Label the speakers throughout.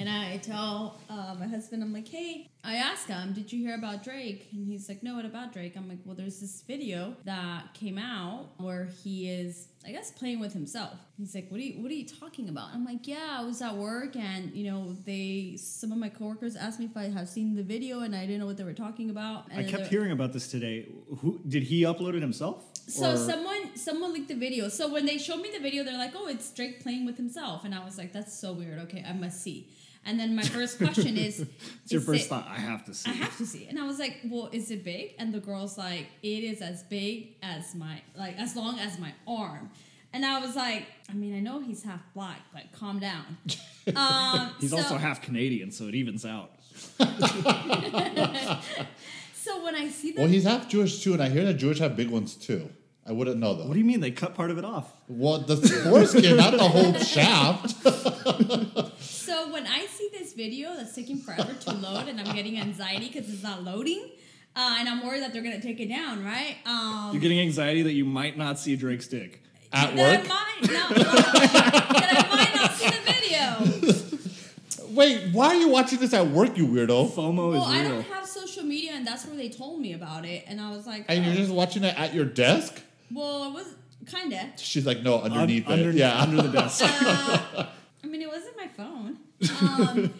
Speaker 1: uh, tell uh, my husband, I'm like, hey, I asked him, did you hear about Drake? And he's like, no, what about Drake? I'm like, well, there's this video that came out where he is, I guess, playing with himself. He's like, what are you, what are you talking about? I'm like, yeah, I was at work and, you know, they, some of my coworkers asked me if I have seen the video and I didn't know what they were talking about. And uh,
Speaker 2: I
Speaker 1: then
Speaker 2: kept
Speaker 1: they're-
Speaker 2: hearing about this today. Who did he upload it himself?
Speaker 1: so
Speaker 2: Or-
Speaker 1: someone someone leaked the video. So when they showed me the video, they're like, "Oh, it's Drake playing with himself," and I was like, "That's so weird." Okay, I must see. And then my first question is,
Speaker 2: it's your
Speaker 1: is
Speaker 2: first
Speaker 1: it-
Speaker 2: thought. I have to see.
Speaker 1: I have to see. it. And I was like, "Well, is it big?" And the girl's like, "It is as big as my like as long as my arm." And I was like, "I mean, I know he's half black, but calm down." Um,
Speaker 2: He's
Speaker 1: so-
Speaker 2: also half Canadian, so it evens out.
Speaker 1: So when I see that,
Speaker 3: Well, he's half Jewish too, and I hear that Jewish have big ones too. I wouldn't know
Speaker 2: What
Speaker 3: though.
Speaker 2: do you mean they cut part of it off?
Speaker 1: Oh.
Speaker 3: Well, the foreskin, not the whole shaft.
Speaker 1: So when I see this video that's taking forever to load, and I'm getting anxiety because it's not loading, uh, and I'm worried that they're gonna take it down, right? Um,
Speaker 2: You're getting anxiety that you might not see Drake's dick.
Speaker 3: At
Speaker 1: that
Speaker 3: work?
Speaker 1: I might not, that I might not see the video.
Speaker 3: Wait, why are you watching this at work, you weirdo?
Speaker 2: FOMO
Speaker 1: Well, I
Speaker 2: is
Speaker 1: don't
Speaker 2: real.
Speaker 1: have social media, and that's where they told me about it, and I was like,
Speaker 3: And you're
Speaker 1: oh.
Speaker 3: just watching it at your desk?
Speaker 1: well, it was kinda.
Speaker 3: She's like, no,
Speaker 2: Un-
Speaker 3: underneath it.
Speaker 2: under-
Speaker 3: yeah,
Speaker 2: under the desk.
Speaker 1: I mean, it wasn't my phone. Um,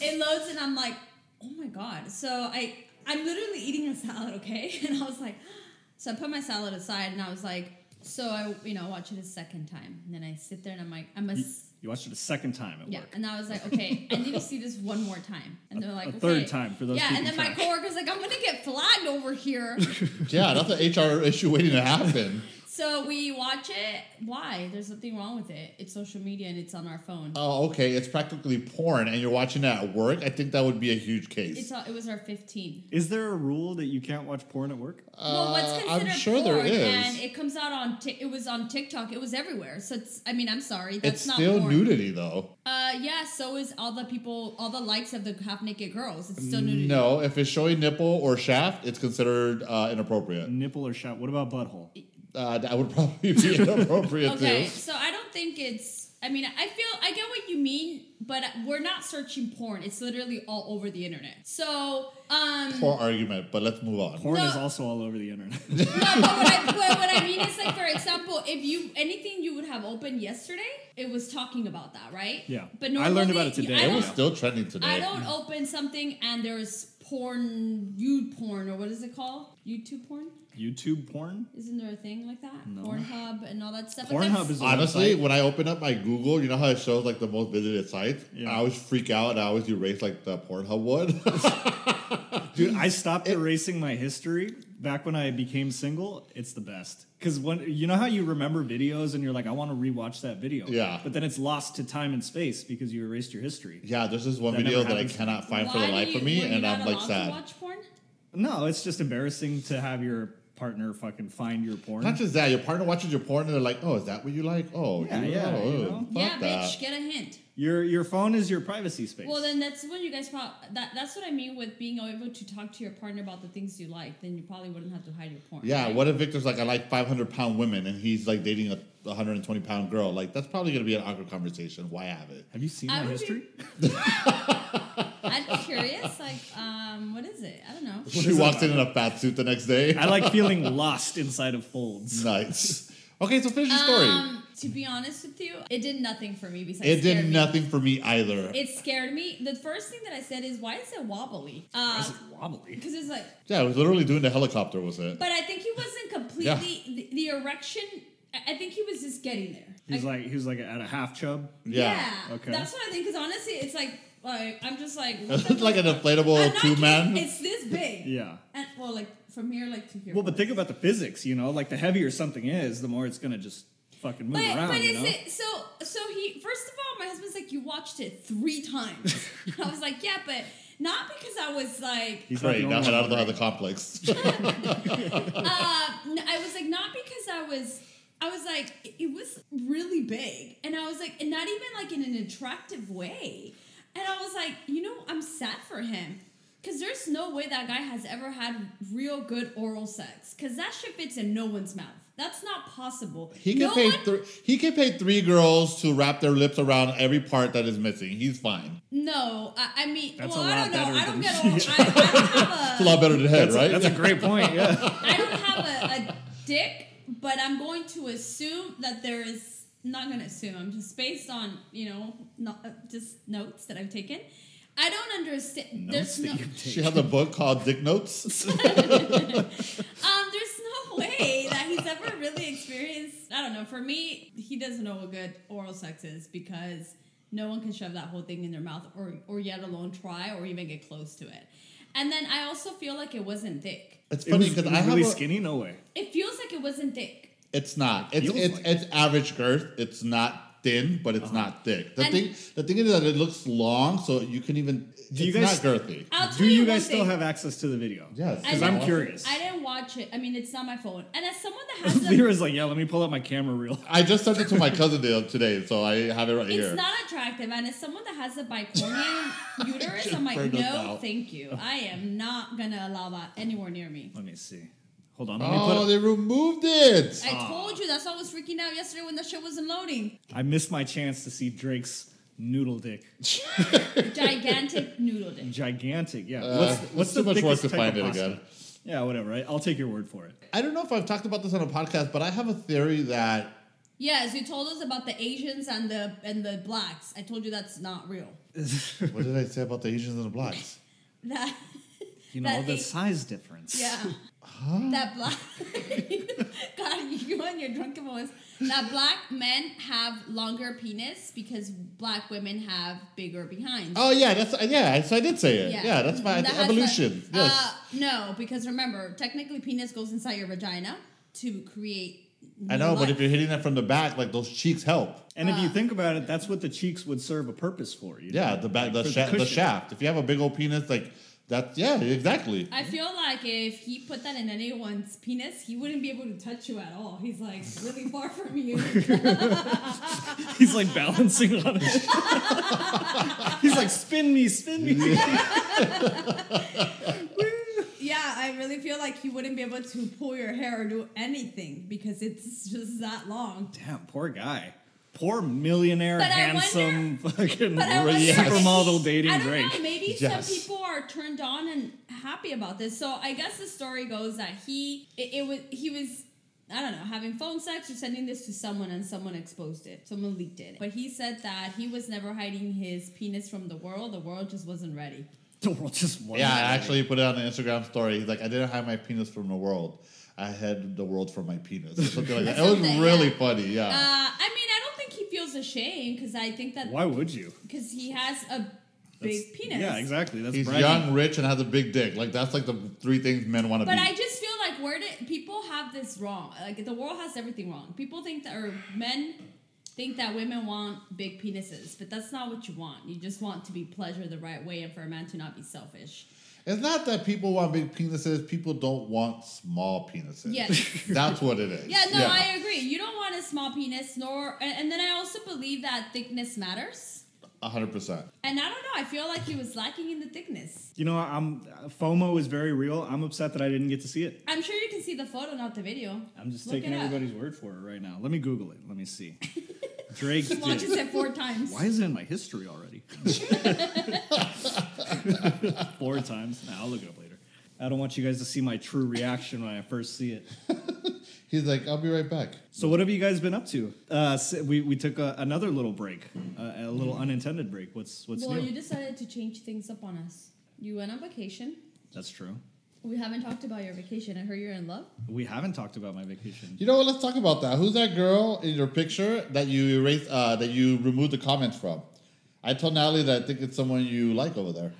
Speaker 1: it loads, and I'm like, oh my god. So I, I'm literally eating a salad, okay? And I was like, so I put my salad aside, and I was like, so I, you know, watch it a second time, and then I sit there, and I'm like, I
Speaker 2: you,
Speaker 1: must.
Speaker 2: you watched it a second time at
Speaker 1: Yeah,
Speaker 2: work.
Speaker 1: and I was like, okay, I need to see this one more time. And they're like,
Speaker 2: a third
Speaker 1: okay.
Speaker 2: time for those
Speaker 1: Yeah, and then
Speaker 2: keeping
Speaker 1: my
Speaker 2: track.
Speaker 1: coworker's like, I'm gonna get flagged over here.
Speaker 3: yeah, that's an HR issue waiting to happen.
Speaker 1: so we watch it. Why? There's something wrong with it. It's social media and it's on our
Speaker 2: Uh,
Speaker 1: phone.
Speaker 3: Oh, okay, it's practically porn, and you're watching it at work. I think that would be a huge case.
Speaker 1: It's all, it was our 15.
Speaker 2: Is there a rule that you can't watch porn at work?
Speaker 1: Well, what's
Speaker 3: Uh,
Speaker 1: considered
Speaker 3: I'm sure there
Speaker 1: porn,
Speaker 3: is.
Speaker 1: and it comes out on Tik it was on TikTok. It was everywhere. So it's I mean I'm sorry, that's
Speaker 3: it's
Speaker 1: not
Speaker 3: still
Speaker 1: porn.
Speaker 3: nudity, though.
Speaker 1: Uh, yeah. So is all the people, all the likes of the half naked girls. It's still nudity.
Speaker 3: No, if it's showing nipple or shaft, it's considered uh, inappropriate.
Speaker 2: Nipple or shot? What about butthole?
Speaker 3: Uh, that would probably be inappropriate
Speaker 1: Okay.
Speaker 3: too.
Speaker 1: So I don't think it's. I mean, I feel I get what you mean, but we're not searching porn. It's literally all over the internet. So um,
Speaker 3: Poor argument, but let's move on.
Speaker 2: Porn
Speaker 1: No.
Speaker 2: is also all over the internet.
Speaker 1: No, but what I, but what I mean is like for example, if you anything you would have opened yesterday, it was talking about that, right?
Speaker 2: Yeah.
Speaker 1: But
Speaker 2: I
Speaker 1: normally,
Speaker 2: learned about it
Speaker 1: you-
Speaker 2: today.
Speaker 1: I
Speaker 3: It
Speaker 1: don't,
Speaker 3: was still trending today.
Speaker 1: I don't open something and there's porn, you porn, or what is it called? YouTube porn?
Speaker 2: YouTube porn?
Speaker 1: Isn't there a thing like that?
Speaker 2: No.
Speaker 1: Pornhub and all that stuff. But
Speaker 2: Pornhub
Speaker 1: that's-
Speaker 2: is a
Speaker 3: Honestly,
Speaker 2: website.
Speaker 3: when I open up my Google, you know how it shows like the most visited sites.
Speaker 2: Yeah.
Speaker 3: I always freak out and I always erase like the Pornhub one.
Speaker 2: Dude, I stopped erasing my history back when I became single. It's the best because when you know how you remember videos and you're like, I want to rewatch that video.
Speaker 3: Yeah.
Speaker 2: But then it's lost to time and space because you erased your history.
Speaker 3: yeah, there's this one
Speaker 2: That
Speaker 3: video
Speaker 2: never
Speaker 3: that I
Speaker 2: happens.
Speaker 3: cannot find for
Speaker 1: Why
Speaker 3: the
Speaker 1: do
Speaker 3: life
Speaker 1: you-
Speaker 3: of me,
Speaker 1: were you
Speaker 3: and
Speaker 1: not
Speaker 3: I'm like
Speaker 1: allowed To
Speaker 3: sad.
Speaker 1: watch porn?
Speaker 2: No, it's just embarrassing to have your partner fucking find your porn.
Speaker 3: Not just that, your partner watches your porn and they're like, "Oh, is that what you like? Oh,
Speaker 2: Yeah,
Speaker 3: you,
Speaker 2: yeah,
Speaker 3: oh,
Speaker 2: you
Speaker 3: ew,
Speaker 2: know?
Speaker 3: fuck
Speaker 1: yeah,
Speaker 3: that."
Speaker 1: bitch, get a hint.
Speaker 2: your your phone is your privacy space.
Speaker 1: Well, then that's when you guys probably that, that's what I mean with being able to talk to your partner about the things you like. Then you probably wouldn't have to hide your porn.
Speaker 3: Yeah,
Speaker 1: right?
Speaker 3: what if Victor's like, "I like 500 pound women," and he's like dating a 120 pound girl? Like, that's probably gonna be an awkward conversation. Why have it?
Speaker 2: have you seen
Speaker 1: I
Speaker 2: my
Speaker 1: would be-
Speaker 2: history?
Speaker 1: I'm curious. Like, um, what is it? I don't know.
Speaker 3: She
Speaker 2: is it
Speaker 3: walks in in a fat suit the next day.
Speaker 2: I like feeling lost inside of folds.
Speaker 3: nice. Okay, so finish your story.
Speaker 1: Um, to be honest with you, it did nothing for me besides
Speaker 3: it
Speaker 1: scared
Speaker 3: did
Speaker 1: me.
Speaker 3: nothing for me either.
Speaker 1: It scared me. The first thing that I said is, "Why is it wobbly?"
Speaker 2: This
Speaker 1: Because
Speaker 2: is wobbly.
Speaker 1: it's like,
Speaker 3: Yeah, it was literally doing the helicopter, was it?
Speaker 1: but I think he wasn't completely the, the erection. I- I think he was just getting there.
Speaker 2: He's
Speaker 1: I-
Speaker 2: like he was like at a half chub.
Speaker 3: Yeah.
Speaker 2: Okay.
Speaker 1: That's what I think. Because honestly, it's like, like I'm just like what the
Speaker 3: It's like an
Speaker 1: fuck? I'm
Speaker 3: inflatable
Speaker 1: not
Speaker 3: two
Speaker 1: kidding,
Speaker 3: man.
Speaker 1: It's this big.
Speaker 2: Yeah.
Speaker 1: And well, like from here, like to here.
Speaker 2: Well, but think about the physics. You know, like the heavier something is, the more it's gonna just fucking move
Speaker 1: But,
Speaker 2: around.
Speaker 1: but
Speaker 2: you
Speaker 1: is
Speaker 2: know?
Speaker 1: it so? So he first of all, my husband's like, you watched it three times. And I was like, yeah, but not because I was like,
Speaker 2: He's
Speaker 3: Great, now
Speaker 2: not the
Speaker 3: head out
Speaker 2: only
Speaker 3: of the,
Speaker 2: one.
Speaker 3: the complex.
Speaker 1: uh, n- I was like, not because I was. I was like, it- it was really big, and I was like, and not even like in an attractive way. And I was like, you know, I'm sad for him. Cause there's no way that guy has ever had real good oral sex. Cause that shit fits in no one's mouth. That's not possible.
Speaker 3: He can
Speaker 1: No
Speaker 3: pay
Speaker 1: one-
Speaker 3: three. He can pay three girls to wrap their lips around every part that is missing. He's fine.
Speaker 1: No, I, I mean,
Speaker 2: That's
Speaker 1: well,
Speaker 2: a
Speaker 1: I don't
Speaker 2: lot
Speaker 1: know.
Speaker 2: better
Speaker 1: I don't
Speaker 2: than-
Speaker 1: get. All, I, I don't have
Speaker 3: It's a lot better than head,
Speaker 2: That's,
Speaker 3: right?
Speaker 2: that's a great point. Yeah.
Speaker 1: I don't have a, a dick, but I'm going to assume that there is not going to assume. I'm just based on you know not, uh, just notes that I've taken. I don't understand. There's
Speaker 2: Notes that
Speaker 1: no, um.
Speaker 2: you take.
Speaker 3: she has a book called Dick Notes.
Speaker 1: um, There's no way that he's ever really experienced. I don't know. For me, he doesn't know what good oral sex is because no one can shove that whole thing in their mouth, or or yet alone try, or even get close to it. And then I also feel like it wasn't thick.
Speaker 3: It's
Speaker 2: It
Speaker 3: funny
Speaker 2: was-
Speaker 3: because
Speaker 2: it
Speaker 3: I
Speaker 2: was
Speaker 3: have
Speaker 2: really
Speaker 3: a-
Speaker 2: skinny. No way.
Speaker 1: It feels like it wasn't thick.
Speaker 3: It's not. It's
Speaker 2: Feels
Speaker 3: it's,
Speaker 2: like
Speaker 3: it's average girth. It's not thin, but it's not thick. The
Speaker 1: And-
Speaker 3: thing the thing is that it looks long, so you can even.
Speaker 2: Do you
Speaker 3: it's
Speaker 2: guys-
Speaker 3: not girthy?
Speaker 1: I'll tell
Speaker 2: Do you
Speaker 1: one
Speaker 2: guys still
Speaker 1: thing.
Speaker 2: have access to the video?
Speaker 3: Yes,
Speaker 1: I
Speaker 2: Because
Speaker 1: know.
Speaker 2: I'm curious.
Speaker 1: I didn't watch it. I mean, it's not my phone. And as someone that has a,
Speaker 2: Lyra's like, yeah, let me pull out my camera reel.
Speaker 3: I just sent it to my cousin the other- today, so I have it right here.
Speaker 1: it's not attractive. And as someone that has a bicornian uterus,
Speaker 3: Just
Speaker 1: I'm like,
Speaker 3: burned us
Speaker 1: no,
Speaker 3: out."
Speaker 1: thank you. I am not gonna allow that anywhere near me.
Speaker 2: Let me see. Hold on. Let me put
Speaker 3: oh,
Speaker 2: up-
Speaker 3: they removed it.
Speaker 1: I told you that's why I was freaking out yesterday when that shit wasn't loading.
Speaker 2: I missed my chance to see Drake's noodle dick.
Speaker 1: Gigantic noodle dick.
Speaker 2: Gigantic, yeah.
Speaker 3: Uh,
Speaker 2: what's
Speaker 3: it's
Speaker 2: what's
Speaker 3: too
Speaker 2: the
Speaker 3: much work
Speaker 2: thickest
Speaker 3: to
Speaker 2: type of
Speaker 3: find it
Speaker 2: pasta?
Speaker 3: again.
Speaker 2: Yeah, whatever. I, I'll take your word for it.
Speaker 3: I don't know if I've talked about this on a podcast, but I have a theory that
Speaker 1: Yes, you told us about the Asians and the and the blacks. I told you that's not real.
Speaker 3: what did I say about the Asians and the blacks?
Speaker 1: That
Speaker 2: You know
Speaker 1: that
Speaker 2: the
Speaker 1: A-
Speaker 2: size difference.
Speaker 1: Yeah. That black. God, you and your drunken moments. That black men have longer penis because black women have bigger behinds.
Speaker 3: Oh yeah, that's yeah. So I did say it. Yeah, that's my
Speaker 1: That has
Speaker 3: evolution.
Speaker 1: the-
Speaker 3: yes.
Speaker 1: Uh, no, because remember, technically, penis goes inside your vagina to create.
Speaker 3: I
Speaker 1: new
Speaker 3: know, but
Speaker 1: life.
Speaker 3: if you're hitting that from the back, like those cheeks help.
Speaker 2: And if you
Speaker 1: Uh.
Speaker 2: think about it, that's what the cheeks would serve a purpose for. You know?
Speaker 3: Yeah, the back, the,
Speaker 2: For the
Speaker 3: sha- the,
Speaker 2: cushion.
Speaker 3: shaft. If you have a big old penis, like that's yeah, exactly.
Speaker 1: I feel like if he put that in anyone's penis, he wouldn't be able to touch you at all. He's like really far from you.
Speaker 2: He's like balancing on it. He's like, spin me, spin me.
Speaker 1: Yeah, I really feel like you wouldn't be able to pull your hair or do anything because it's just that long.
Speaker 2: Damn, poor guy. Poor millionaire,
Speaker 1: But I
Speaker 2: handsome, fucking
Speaker 1: But I wonder if-
Speaker 2: supermodel dating
Speaker 1: I don't
Speaker 2: Drake.
Speaker 1: know. Maybe
Speaker 3: Yes.
Speaker 1: some people are turned on and happy about this. So I guess the story goes that he it, it was he was I don't know having phone sex or sending this to someone and someone exposed it. Someone leaked it. But he said that he was never hiding his penis from the world. The world just wasn't ready.
Speaker 2: The world just won.
Speaker 3: Yeah, I
Speaker 2: that.
Speaker 3: actually put it on an Instagram story. He's like, I didn't hide my penis from the world. I hid the world from my penis. Or something like that. It was
Speaker 1: Something,
Speaker 3: really
Speaker 1: yeah.
Speaker 3: funny. Yeah.
Speaker 1: Uh, I mean, I don't think he feels ashamed because I think that
Speaker 2: Why would you?
Speaker 1: because he has a
Speaker 2: That's-
Speaker 1: big penis.
Speaker 2: Yeah, exactly. That's
Speaker 3: He's
Speaker 2: bragging.
Speaker 3: young, rich, and has a big dick. Like that's like the three things men want to be.
Speaker 1: But I just feel like where did people have this wrong? Like the world has everything wrong. People think that or men think that women want big penises, but that's not what you want. You just want to be pleasured the right way and for a man to not be selfish.
Speaker 3: it's not that people want big penises. People don't want small penises.
Speaker 1: Yes.
Speaker 3: that's what it is.
Speaker 1: Yeah, no, I agree. You don't want a small penis, nor and, and then I also believe that thickness matters.
Speaker 3: A hundred percent.
Speaker 1: And I don't know. I feel like he was lacking in the thickness.
Speaker 2: You know, I'm FOMO is very real. I'm upset that I didn't get to see it.
Speaker 1: I'm sure you can see the photo, not the video.
Speaker 2: I'm just
Speaker 1: Look
Speaker 2: taking
Speaker 1: it up.
Speaker 2: everybody's word for it right now. Let me Google it. Let me see. Drake.
Speaker 1: He watches
Speaker 2: Dick.
Speaker 1: it four times.
Speaker 2: Why is it in my history already? Four times. Now I'll look it up later. I don't want you guys to see my true reaction when I first see it.
Speaker 3: He's like, I'll be right back.
Speaker 2: So, what have you guys been up to? Uh, s- we we took a, another little break, uh, a little unintended break. What's what's
Speaker 1: Well,
Speaker 2: new?
Speaker 1: you decided to change things up on us. You went on vacation.
Speaker 2: That's true.
Speaker 1: We haven't talked about your vacation. I heard you're in love.
Speaker 2: We haven't talked about my vacation.
Speaker 3: You know what? Let's talk about that. Who's that girl in your picture that you erased, uh, that you removed the comments from? I told Natalie that I think it's someone you like over there.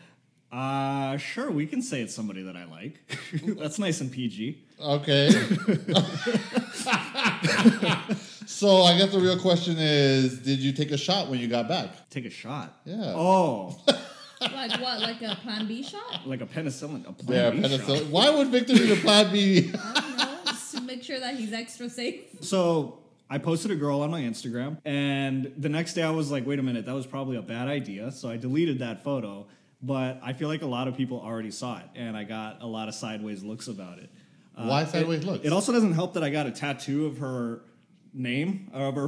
Speaker 2: Uh, sure, we can say it's somebody that I like. That's nice and PG.
Speaker 3: Okay. so I guess the real question is, did you take a shot when you got back?
Speaker 2: Take a shot.
Speaker 3: Yeah.
Speaker 2: Oh,
Speaker 1: Like what? Like a plan B shot?
Speaker 2: like a penicillin, a plan
Speaker 3: Yeah,
Speaker 2: B
Speaker 3: penicillin.
Speaker 2: shot.
Speaker 3: Why would Victor need a plan B?
Speaker 1: I don't know. Just to make sure that he's extra safe.
Speaker 2: So I posted a girl on my Instagram, and the next day I was like, wait a minute, that was probably a bad idea. So I deleted that photo, but I feel like a lot of people already saw it, and I got a lot of sideways looks about it.
Speaker 3: Why sideways looks?
Speaker 2: Uh, It also doesn't help that I got a tattoo of her name of her.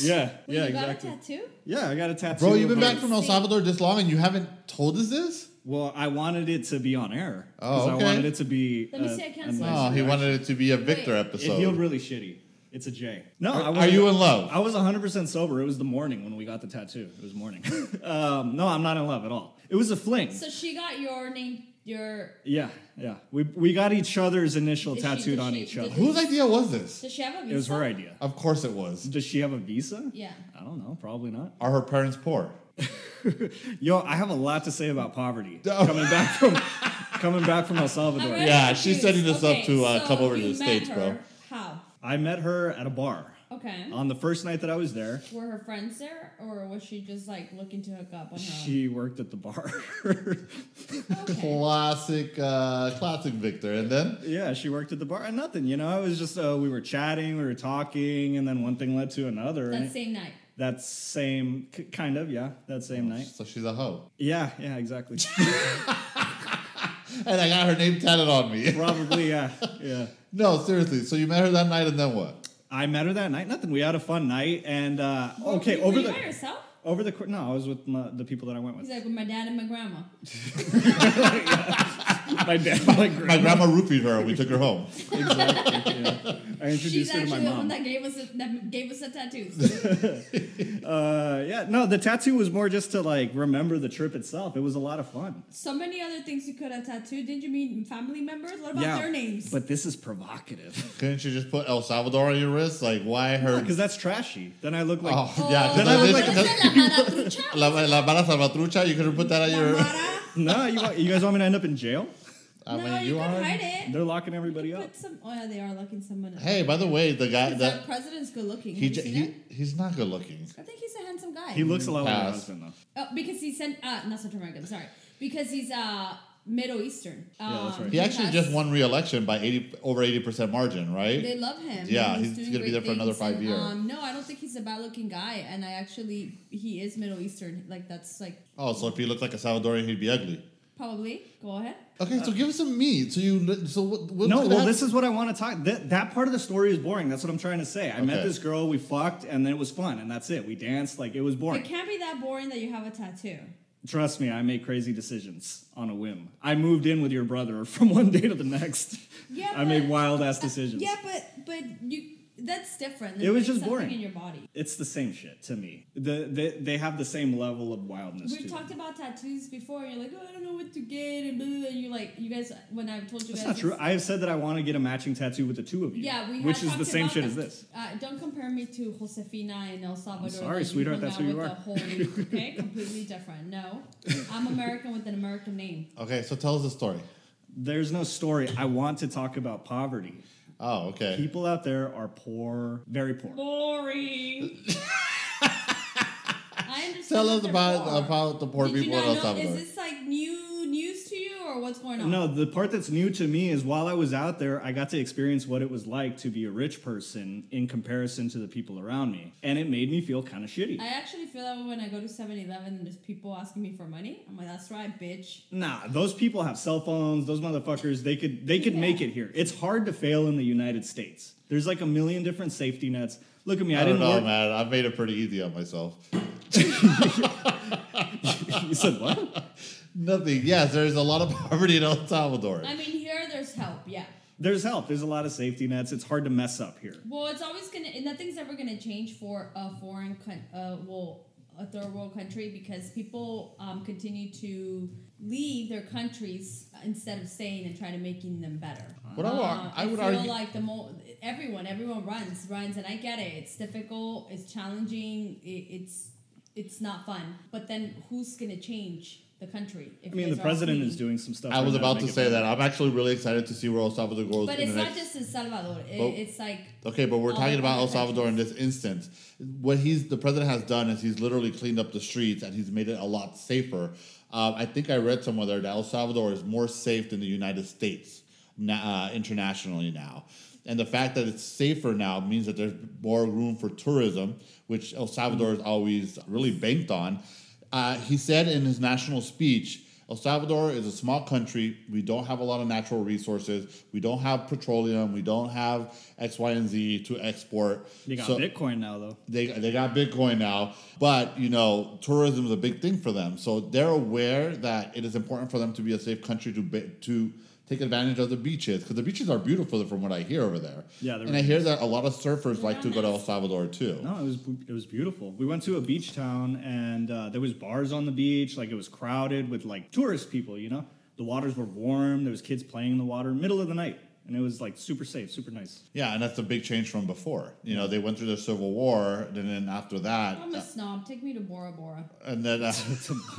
Speaker 2: yeah,
Speaker 1: Wait,
Speaker 2: yeah,
Speaker 1: you
Speaker 2: exactly.
Speaker 1: got a tattoo?
Speaker 2: yeah, I got a tattoo.
Speaker 3: Bro, you've
Speaker 2: of
Speaker 3: been
Speaker 2: her-
Speaker 3: back from El
Speaker 1: See.
Speaker 3: Salvador this long and you haven't told us this?
Speaker 2: Well, I wanted it to be on air.
Speaker 3: Oh,
Speaker 2: 'cause
Speaker 3: okay.
Speaker 2: I wanted it to be.
Speaker 1: Let me
Speaker 2: uh,
Speaker 1: see, I can't
Speaker 2: a
Speaker 1: see.
Speaker 2: nice
Speaker 3: Oh, he
Speaker 2: reaction.
Speaker 3: wanted it to be a Victor
Speaker 1: Wait.
Speaker 2: It healed
Speaker 3: episode.
Speaker 2: really shitty. It's a J. No,
Speaker 3: Are-
Speaker 2: I
Speaker 3: are
Speaker 2: wasn't-
Speaker 3: you in love?
Speaker 2: I was 100% sober. It was the morning when we got the tattoo. It was morning. um, no, I'm not in love at all. It was a fling.
Speaker 1: So she got your name, your.
Speaker 2: yeah, yeah. We, we got each other's initial
Speaker 1: Did she-
Speaker 2: tattooed
Speaker 1: did
Speaker 2: on
Speaker 1: she-
Speaker 2: each
Speaker 1: did
Speaker 2: other.
Speaker 1: she-
Speaker 3: Whose idea was this?
Speaker 1: Does she have a visa?
Speaker 2: It was her idea.
Speaker 3: Of course it was.
Speaker 2: Does she have a visa?
Speaker 1: Yeah.
Speaker 2: I don't know. Probably not.
Speaker 3: Are her parents poor?
Speaker 2: Yo, I have a lot to say about poverty
Speaker 3: Oh.
Speaker 2: coming back from coming back from El
Speaker 1: I'm
Speaker 2: Salvador.
Speaker 1: really
Speaker 3: Yeah, she's
Speaker 1: confused.
Speaker 3: setting this up to, uh,
Speaker 1: so
Speaker 3: come over to
Speaker 1: you
Speaker 3: the
Speaker 1: met
Speaker 3: States,
Speaker 1: her.
Speaker 3: bro.
Speaker 1: How?
Speaker 2: I met her at a bar
Speaker 1: Okay.
Speaker 2: on the first night that I was there.
Speaker 1: Were her friends there, or was she just like looking to hook up on her?
Speaker 2: She worked at the bar.
Speaker 1: own? Okay.
Speaker 3: Classic, uh, classic Victor. And then?
Speaker 2: yeah, she worked at the bar. And nothing, you know, it was just uh, we were chatting, we were talking, and then one thing led to another. and
Speaker 1: That
Speaker 2: it-
Speaker 1: same night.
Speaker 2: that same k- kind of, yeah, that same
Speaker 1: Oh.
Speaker 2: night.
Speaker 3: So she's a hoe.
Speaker 2: Yeah, yeah, exactly.
Speaker 3: And I got her name tatted on me.
Speaker 2: Probably, yeah, yeah.
Speaker 3: no, seriously. So you met her that night and then what?
Speaker 2: I met her that night. Nothing. We had a fun night, and uh,
Speaker 1: Were-
Speaker 2: okay,
Speaker 1: were
Speaker 2: over
Speaker 1: you
Speaker 2: the
Speaker 1: by yourself?
Speaker 2: over the cour- no, I was with my, the people that I went with.
Speaker 1: He's like with my dad and my grandma.
Speaker 2: my dad, my
Speaker 3: My
Speaker 2: grandma.
Speaker 3: grandma roofied her and we took her home.
Speaker 2: exactly. yeah. I
Speaker 1: She's
Speaker 2: introduced her to my
Speaker 1: actually the one
Speaker 2: mom.
Speaker 1: that gave us a, that gave us the tattoos.
Speaker 2: Uh, yeah, no, the tattoo was more just to like remember the trip itself. It was a lot of fun.
Speaker 1: so many other things you could have tattooed. Didn't you mean family members? What about
Speaker 2: yeah,
Speaker 1: their names?
Speaker 2: but this is provocative
Speaker 3: Couldn't you just put El Salvador on your wrist? Like, why her?
Speaker 2: because that's trashy. Then I look like
Speaker 3: oh, yeah. 'cause
Speaker 2: Then I
Speaker 3: that
Speaker 2: look
Speaker 3: is-
Speaker 2: like a-
Speaker 3: that's- La, la Mara Salvatrucha, you could have put that on your.
Speaker 2: no. You, want, you guys want me to end up in jail?
Speaker 3: I
Speaker 1: no,
Speaker 3: mean,
Speaker 1: you,
Speaker 3: you
Speaker 1: can
Speaker 3: are.
Speaker 1: hide it.
Speaker 2: They're locking everybody up.
Speaker 1: Put some. Oh yeah, they are looking someone. up.
Speaker 3: Hey, by the way, the guy
Speaker 1: Because that
Speaker 3: that
Speaker 1: president's good looking.
Speaker 3: he,
Speaker 1: Have you
Speaker 3: j-
Speaker 1: seen
Speaker 3: he
Speaker 1: it?
Speaker 3: he's not good looking.
Speaker 1: I think he's a handsome guy.
Speaker 2: He looks a lot like my
Speaker 3: Pass.
Speaker 2: husband though.
Speaker 1: oh, because he sent uh, not Central American. Sorry, because he's uh Middle Eastern. Um,
Speaker 2: Yeah, that's right.
Speaker 3: He actually
Speaker 1: has-
Speaker 3: just won re-election by eighty over eighty percent margin, right?
Speaker 1: They love him.
Speaker 3: Yeah,
Speaker 1: and
Speaker 3: he's
Speaker 1: doing
Speaker 3: gonna be
Speaker 1: great
Speaker 3: there for another
Speaker 1: things, and,
Speaker 3: five year.
Speaker 1: Um, no, I don't think he's a bad looking guy, and I actually he is Middle Eastern. Like that's like
Speaker 3: Oh, so if he looked like a Salvadorian, he'd be ugly.
Speaker 1: probably go ahead.
Speaker 3: Okay, so give us some meat. So you li- so what? what
Speaker 2: No, well, this is what I want to talk. That that part of the story is boring. That's what I'm trying to say. I met
Speaker 3: Okay.
Speaker 2: this girl, we fucked, and then it was fun, and that's it. We danced, like it was boring.
Speaker 1: It can't be that boring that you have a tattoo.
Speaker 2: Trust me, I make crazy decisions on a whim. I moved in with your brother from one day to the next.
Speaker 1: Yeah,
Speaker 2: I
Speaker 1: but-
Speaker 2: made wild ass decisions.
Speaker 1: Yeah, but but you that's different. than
Speaker 2: It was
Speaker 1: putting
Speaker 2: just
Speaker 1: something
Speaker 2: boring.
Speaker 1: in your body.
Speaker 2: It's the same shit to me. The, they, they have the same level of wildness.
Speaker 1: We've
Speaker 2: to
Speaker 1: talked
Speaker 2: them.
Speaker 1: about tattoos before. And you're like, oh, I don't know what to get, and blah, blah, blah. you like, you guys. When I told you
Speaker 2: That's
Speaker 1: guys,
Speaker 2: not true.
Speaker 1: this-
Speaker 2: I have said that I want to get a matching tattoo with the two of you.
Speaker 1: yeah, we had
Speaker 2: which is
Speaker 1: talked
Speaker 2: the same
Speaker 1: about
Speaker 2: shit
Speaker 1: that.
Speaker 2: as this.
Speaker 1: Uh, don't compare me to Josefina in El Salvador.
Speaker 2: sorry,
Speaker 1: that you
Speaker 2: sweetheart,
Speaker 1: hung
Speaker 2: that's
Speaker 1: out
Speaker 2: who you
Speaker 1: with
Speaker 2: are.
Speaker 1: the whole- okay, completely different. No, I'm American with an American name.
Speaker 3: okay. So tell us the story.
Speaker 2: There's no story. I want to talk about poverty.
Speaker 3: Oh, okay.
Speaker 2: People out there are poor, very poor.
Speaker 1: Boring. I understand.
Speaker 3: tell
Speaker 1: that
Speaker 3: us
Speaker 1: they're
Speaker 3: about
Speaker 1: poor.
Speaker 3: about the poor
Speaker 1: Did
Speaker 3: people
Speaker 1: you
Speaker 3: in
Speaker 1: not
Speaker 3: El
Speaker 1: know-
Speaker 3: Salvador.
Speaker 1: Is this like new news to you, or what's going on?
Speaker 2: No, the part that's new to me is while I was out there, I got to experience what it was like to be a rich person in comparison to the people around me. And it made me feel kind of shitty.
Speaker 1: I actually feel that way when I go to 7 Eleven and there's people asking me for money. I'm like, that's right, bitch.
Speaker 2: Nah, those people have cell phones. Those motherfuckers, they could they could
Speaker 1: Yeah.
Speaker 2: make it here. It's hard to fail in the United States. There's like a million different safety nets. Look at me, I,
Speaker 3: I don't
Speaker 2: didn't
Speaker 3: know,
Speaker 2: work.
Speaker 3: man. I made it pretty easy on myself.
Speaker 2: you said what?
Speaker 3: Nothing. Yes, there's a lot of poverty in El Salvador.
Speaker 1: I mean, here there's help, yeah.
Speaker 2: There's help. There's a lot of safety nets. It's hard to mess up here.
Speaker 1: Well, it's always gonna, nothing's ever gonna change for a foreign, coun- uh, well, a third world country because people um, continue to leave their countries instead of staying and trying to making them better. Uh,
Speaker 3: What I would ar- I would
Speaker 1: feel
Speaker 3: argue-
Speaker 1: like the mo- everyone, everyone runs, runs, and I get it. It's difficult. It's challenging. It, it's it's not fun. But then, who's gonna change the country? If
Speaker 2: I mean, the president is doing some stuff.
Speaker 3: I
Speaker 2: right
Speaker 3: was
Speaker 2: now
Speaker 3: about to
Speaker 2: make it
Speaker 3: say
Speaker 2: better.
Speaker 3: that. I'm actually really excited to see where El Salvador goes.
Speaker 1: But
Speaker 3: in
Speaker 1: it's
Speaker 3: the
Speaker 1: not
Speaker 3: next-
Speaker 1: just in Salvador. It,
Speaker 3: Well-
Speaker 1: it's like
Speaker 3: Okay, but we're
Speaker 1: Oh,
Speaker 3: talking about El
Speaker 1: okay.
Speaker 3: Salvador in this instance. What he's the president has done is he's literally cleaned up the streets and he's made it a lot safer. Um, I think I read somewhere there that El Salvador is more safe than the United States na- uh, internationally now, and the fact that it's safer now means that there's more room for tourism, which El Salvador is always really banked on. Uh, he said in his national speech El Salvador is a small country. We don't have a lot of natural resources. We don't have petroleum. We don't have X, Y, and Z to export.
Speaker 2: They got
Speaker 3: So-
Speaker 2: Bitcoin now, though.
Speaker 3: they, they got Bitcoin now, but you know tourism is a big thing for them. So they're aware that it is important for them to be a safe country to be, to take advantage of the beaches because the beaches are beautiful from what I hear over there.
Speaker 2: Yeah, they're
Speaker 3: and I hear that a lot of surfers like to go to El
Speaker 1: nice.
Speaker 3: Salvador too.
Speaker 2: No, it was it was beautiful. We went to a beach town, and uh, there was bars on the beach. Like it was crowded with like tourist people. You know, the waters were warm. There was kids playing in the water, middle of the night, and it was like super safe, super nice.
Speaker 3: Yeah, and that's a big change from before. You know, they went through the civil war, and then after that,
Speaker 1: I'm a snob. Take me to Bora Bora.
Speaker 3: and then uh,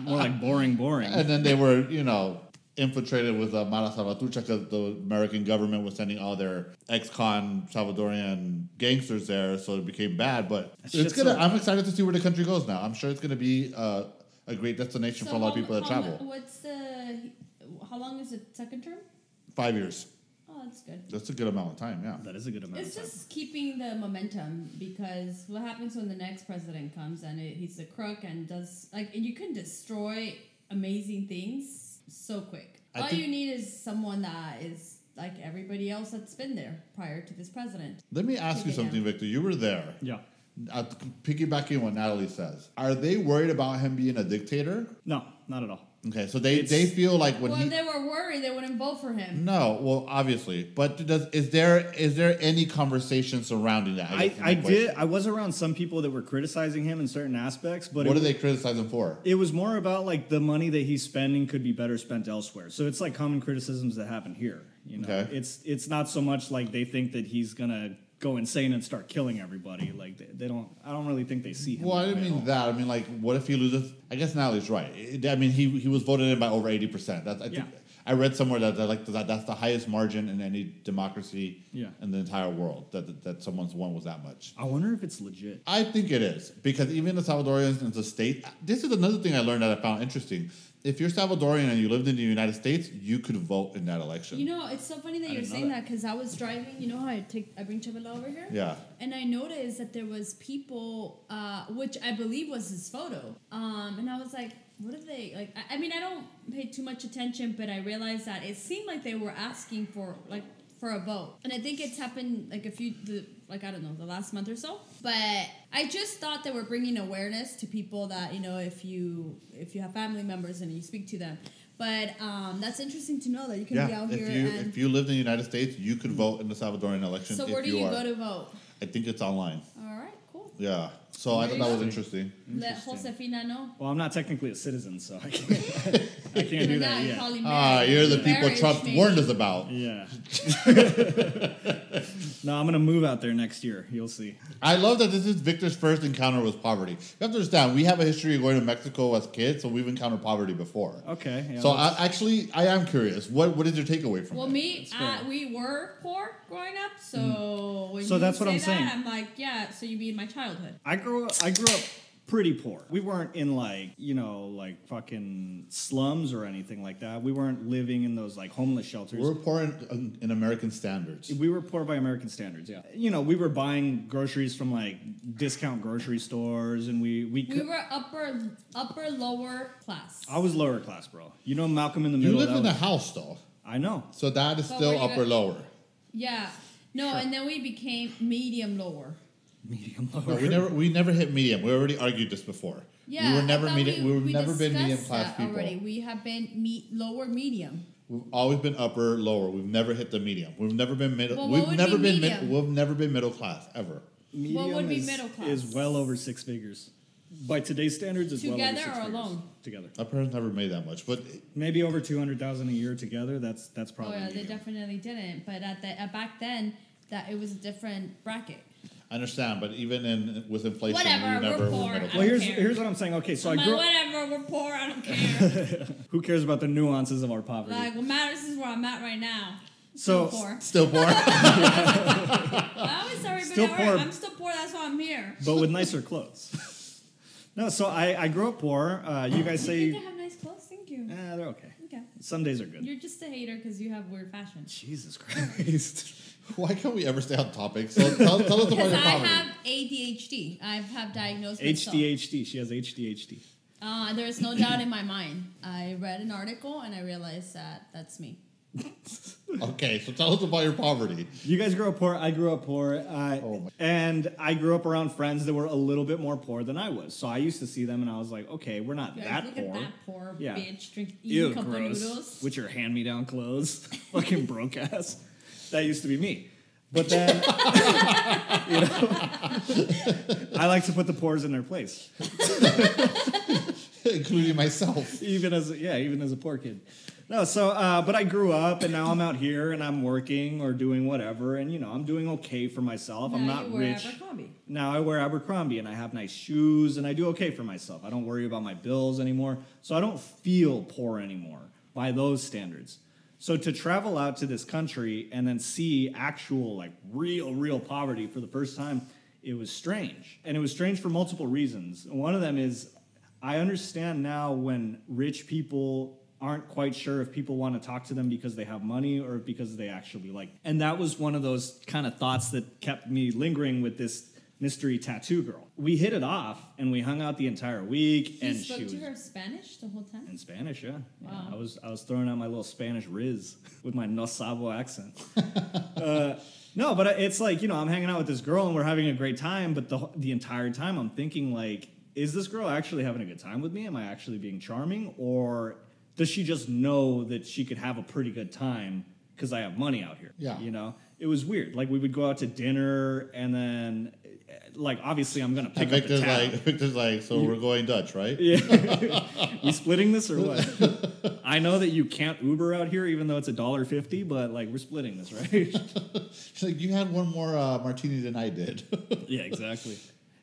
Speaker 2: More like boring, boring.
Speaker 3: and then they were you know infiltrated with uh, Mara Salvatrucha because the American government was sending all their ex-con Salvadorian gangsters there, so it became bad. But it's
Speaker 2: shit's
Speaker 3: gonna.
Speaker 2: so-
Speaker 3: I'm excited to see where the country goes now. I'm sure it's gonna be uh, a great destination for a lot of
Speaker 1: how-
Speaker 3: people that
Speaker 1: how-
Speaker 3: travel.
Speaker 1: What's the? How long is the second term?
Speaker 3: Five years.
Speaker 1: Oh, that's good.
Speaker 3: That's a good amount of time. Yeah.
Speaker 2: That is a good amount.
Speaker 1: It's
Speaker 2: of time.
Speaker 1: just keeping the momentum because what happens when the next president comes and it, he's a crook and does like and you can destroy amazing things so quick.
Speaker 3: I
Speaker 1: All
Speaker 3: think-
Speaker 1: you need is someone that is like everybody else that's been there prior to this president.
Speaker 3: Let me ask you
Speaker 1: Yeah.
Speaker 3: something, Victor. You were there.
Speaker 2: yeah.
Speaker 3: Uh, piggybacking on what Natalie says, are they worried about him being a dictator?
Speaker 2: No, not at all.
Speaker 3: Okay, so they,
Speaker 2: It's-
Speaker 3: they feel like when
Speaker 1: well,
Speaker 3: he
Speaker 1: if
Speaker 3: Mm.
Speaker 1: they were worried they wouldn't vote for him.
Speaker 3: No, well, obviously, but does is there is there any conversation surrounding that?
Speaker 2: I,
Speaker 3: guess is my
Speaker 2: I did.
Speaker 3: question.
Speaker 2: I was around some people that were criticizing him in certain aspects, but
Speaker 3: What
Speaker 2: it,
Speaker 3: are they criticizing for?
Speaker 2: it was more about like the money that he's spending could be better spent elsewhere. So it's like common criticisms that happen here. You know,
Speaker 3: Okay.
Speaker 2: it's it's not so much like they think that he's gonna go insane and start killing everybody. Like they, they don't. I don't really think they see him.
Speaker 3: Well,
Speaker 2: that
Speaker 3: I didn't
Speaker 2: way at
Speaker 3: mean
Speaker 2: all.
Speaker 3: that. I mean, like, what if he loses? I guess Natalie's right. It- I mean, he he was voted in by over eighty percent. That's I think
Speaker 2: Yeah.
Speaker 3: I read somewhere that, that like that, that's the highest margin in any democracy
Speaker 2: Yeah.
Speaker 3: in the entire world that, that that someone's won was that much.
Speaker 2: I wonder if it's legit.
Speaker 3: I think it is because even the Salvadorians in the state. This is another thing I learned that I found interesting. If you're Salvadorian and you lived in the United States, you could vote in that election.
Speaker 1: You know, it's so funny that you're
Speaker 2: didn't know
Speaker 1: saying that
Speaker 2: that.
Speaker 1: because I was driving. You know how I take I bring Chabela over here.
Speaker 3: yeah.
Speaker 1: and I noticed that there was people, uh, which I believe was his photo. Um, and I was like, what are they like? I, I mean, I don't pay too much attention, but I realized that it seemed like they were asking for like for a vote, and I think it's happened like a few, the, like I don't know, the last month or so. But I just thought they were bringing awareness to people that you know, if you if you have family members and you speak to them. But um, that's interesting to know that you can be out
Speaker 3: if
Speaker 1: here
Speaker 3: you
Speaker 1: and.
Speaker 3: if you lived in the United States, you could vote in the Salvadoran election.
Speaker 1: so
Speaker 3: if
Speaker 1: where do you,
Speaker 3: are,
Speaker 1: go to vote?
Speaker 3: I think it's online.
Speaker 1: All right, cool.
Speaker 3: Yeah. So I
Speaker 1: There
Speaker 3: thought
Speaker 1: you
Speaker 3: that
Speaker 1: go.
Speaker 3: was interesting.
Speaker 1: Let Josefina know.
Speaker 2: Well, I'm not technically a citizen, so I can't, I can't do
Speaker 1: Now
Speaker 2: that
Speaker 1: you're
Speaker 2: yet.
Speaker 1: calling
Speaker 3: Ah,
Speaker 1: marriage.
Speaker 3: you're the people
Speaker 1: Marriage,
Speaker 3: Trump
Speaker 1: maybe.
Speaker 3: warned us about.
Speaker 2: Yeah. no, I'm gonna move out there next year. You'll see.
Speaker 3: I love that this is Victor's first encounter with poverty. You have to understand, we have a history of going to Mexico as kids, so we've encountered poverty before.
Speaker 2: Okay. yeah,
Speaker 3: so
Speaker 2: that's-
Speaker 3: I, actually, I am curious. What what is your takeaway from
Speaker 1: Well,
Speaker 3: that?
Speaker 1: me,
Speaker 2: fair.
Speaker 1: uh, we were poor growing up, so
Speaker 3: Hmm.
Speaker 1: when
Speaker 2: So
Speaker 1: you
Speaker 2: that's what
Speaker 1: say
Speaker 2: I'm
Speaker 1: that,
Speaker 2: saying.
Speaker 1: I'm like, yeah. So you mean my childhood?
Speaker 2: I grew up, I grew up pretty poor. We weren't in like, you know, like fucking slums or anything like that. We weren't living in those like homeless shelters.
Speaker 3: We're poor in, in American standards.
Speaker 2: we were poor by American standards, yeah. You know, we were buying groceries from like discount grocery stores and we we,
Speaker 1: We
Speaker 2: could,
Speaker 1: were upper, upper, lower class.
Speaker 2: I was lower class, bro. You know Malcolm in the
Speaker 3: You
Speaker 2: Middle.
Speaker 3: live
Speaker 2: that
Speaker 3: in a
Speaker 2: was-
Speaker 3: house, though,
Speaker 2: I know.
Speaker 3: so that is
Speaker 1: But
Speaker 3: still
Speaker 1: were you
Speaker 3: upper
Speaker 1: a-
Speaker 3: lower.
Speaker 1: Yeah. No, and then we became medium lower.
Speaker 2: Medium lower.
Speaker 3: No, we never we never hit medium. We already argued this before.
Speaker 1: Yeah,
Speaker 3: we were
Speaker 1: I
Speaker 3: never
Speaker 1: thought
Speaker 3: medium. We, have never been
Speaker 1: discussed
Speaker 3: medium class
Speaker 1: that
Speaker 3: people.
Speaker 1: Already, we have been me- lower medium.
Speaker 3: We've always been upper, lower. We've never hit the medium. We've never been middle.
Speaker 1: Well, what
Speaker 3: we've
Speaker 1: would
Speaker 3: never
Speaker 1: be
Speaker 3: been mid-
Speaker 1: medium?
Speaker 3: we've never been middle class ever.
Speaker 2: Medium
Speaker 1: would be
Speaker 2: is,
Speaker 1: middle class?
Speaker 2: is well over six figures. By today's standards, is well over
Speaker 1: Together
Speaker 2: six
Speaker 1: or
Speaker 2: figures.
Speaker 1: alone?
Speaker 2: Together,
Speaker 3: Our parents never made that much, but
Speaker 2: maybe over two hundred thousand a year together. That's that's
Speaker 1: Oh
Speaker 2: probably.
Speaker 1: yeah, they
Speaker 2: medium.
Speaker 1: definitely didn't. But at the uh, back then, that it was a different bracket.
Speaker 3: I understand. But even in with inflation,
Speaker 1: Whatever,
Speaker 3: we
Speaker 1: we're
Speaker 3: never were
Speaker 1: poor.
Speaker 3: middle
Speaker 1: I
Speaker 2: Well,
Speaker 1: don't
Speaker 2: here's
Speaker 1: care.
Speaker 2: here's what I'm saying. Okay, so
Speaker 1: I'm
Speaker 2: I
Speaker 1: like,
Speaker 2: grew. up,
Speaker 1: whatever, we're poor. I don't care.
Speaker 2: who cares about the nuances of our poverty?
Speaker 1: Like, what matters is where I'm at right now.
Speaker 2: so
Speaker 1: still poor.
Speaker 3: Still poor.
Speaker 1: I always tell everybody,
Speaker 2: Still
Speaker 1: "All
Speaker 2: poor.
Speaker 1: right, I'm still poor. That's why I'm here.
Speaker 2: but with nicer clothes. No, so I I grew up poor. Uh, you
Speaker 1: You
Speaker 2: guys say
Speaker 1: think I have nice clothes? Thank you.
Speaker 2: eh, they're okay.
Speaker 1: Okay.
Speaker 2: Some days are good.
Speaker 1: You're just a hater because you have weird fashion.
Speaker 2: Jesus Christ.
Speaker 3: Why can't we ever stay on topic? So tell, tell
Speaker 2: Oh,
Speaker 3: us about
Speaker 1: Because
Speaker 3: your
Speaker 1: I
Speaker 3: poverty.
Speaker 1: have ADHD. I have diagnosed myself.
Speaker 2: HDHD. She has HDHD.
Speaker 1: Uh, there's no doubt in my mind. I read an article and I realized that that's me.
Speaker 3: Okay, so tell us about your poverty.
Speaker 2: You guys grew up poor. I grew up poor. Uh,
Speaker 3: Oh my-
Speaker 2: And I grew up around friends that were a little bit more poor than I was. So I used to see them and I was like, okay, we're not
Speaker 1: You guys,
Speaker 2: that
Speaker 1: look
Speaker 2: poor.
Speaker 1: at that poor
Speaker 2: Yeah.
Speaker 1: bitch drinking
Speaker 2: Ew,
Speaker 1: eating cup of noodles.
Speaker 2: gross. With your hand me down clothes. Fucking broke ass. That used to be me. But then, you know, I like to put the poors in their place.
Speaker 3: including myself.
Speaker 2: even as yeah, even as a poor kid. No, so uh, but I grew up and now I'm out here and I'm working or doing whatever and you know I'm doing okay for myself. I'm
Speaker 1: Now
Speaker 2: not
Speaker 1: you were
Speaker 2: rich.
Speaker 1: Abercrombie.
Speaker 2: Now I wear Abercrombie and I have nice shoes and I do okay for myself. I don't worry about my bills anymore, so I don't feel poor anymore by those standards. So to travel out to this country and then see actual like real real poverty for the first time, it was strange. And it was strange for multiple reasons. One of them is I understand now when rich people aren't quite sure if people want to talk to them because they have money or because they actually like. And that was one of those kind of thoughts that kept me lingering with this mystery tattoo girl. We hit it off and we hung out the entire week
Speaker 1: He
Speaker 2: and
Speaker 1: spoke
Speaker 2: she was
Speaker 1: to her Spanish the whole time.
Speaker 2: in Spanish, yeah. Yeah,
Speaker 1: Wow.
Speaker 2: I was I was throwing out my little Spanish riz with my no sabo accent. Uh, No, but I- it's like you know, I'm hanging out with this girl and we're having a great time, but the the entire time I'm thinking like, is this girl actually having a good time with me? Am I actually being charming, or does she just know that she could have a pretty good time because I have money out here?
Speaker 3: Yeah.
Speaker 2: you know, it was weird. Like we would go out to dinner and then, eh, like obviously I'm gonna
Speaker 3: And
Speaker 2: pick up the
Speaker 3: Victor's like,
Speaker 2: tab.
Speaker 3: Victor's like, so we're going Dutch, right?
Speaker 2: we splitting this or what? I know that you can't Uber out here, even though it's a dollar fifty, but like we're splitting this, right?
Speaker 3: She's like, you had one more uh, martini than I did.
Speaker 2: yeah, exactly.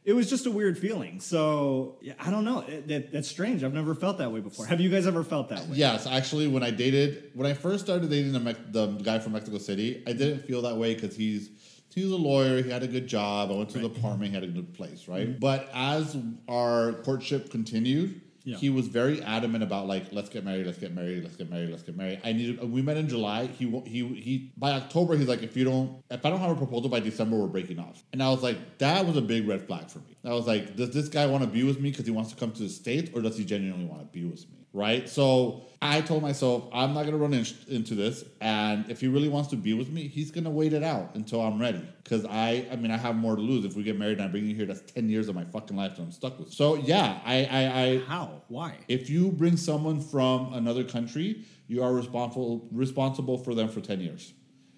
Speaker 2: It was just a weird feeling. So yeah, I don't know. It- that, that's strange. I've never felt that way before. Have you guys ever felt that way?
Speaker 3: yes, actually, when I dated, when I first started dating the, Mex- the guy from Mexico City, I didn't feel that way because he's he was a lawyer. He had a good job. I went to the apartment. He had a good place, right?
Speaker 2: Mm-hmm.
Speaker 3: But as our courtship continued.
Speaker 2: Yeah.
Speaker 3: He was very adamant about like let's get married, let's get married, let's get married, let's get married. I needed. We met in July. He wa- he he. By October, he's like, if you don't, if I don't have a proposal by December, we're breaking off. And I was like, that was a big red flag for me. I was like, does this guy want to be with me because he wants to come to the states, or does he genuinely want to be with me? Right. So I told myself, I'm not gonna run in, into this. And if he really wants to be with me, he's gonna wait it out until I'm ready. Cause I, I mean, I have more to lose. If we get married and I bring you here, that's ten years of my fucking life that I'm stuck with. So yeah, I, I, I
Speaker 2: How? Why?
Speaker 3: if you bring someone from another country, you are responsible responsible for them for ten years,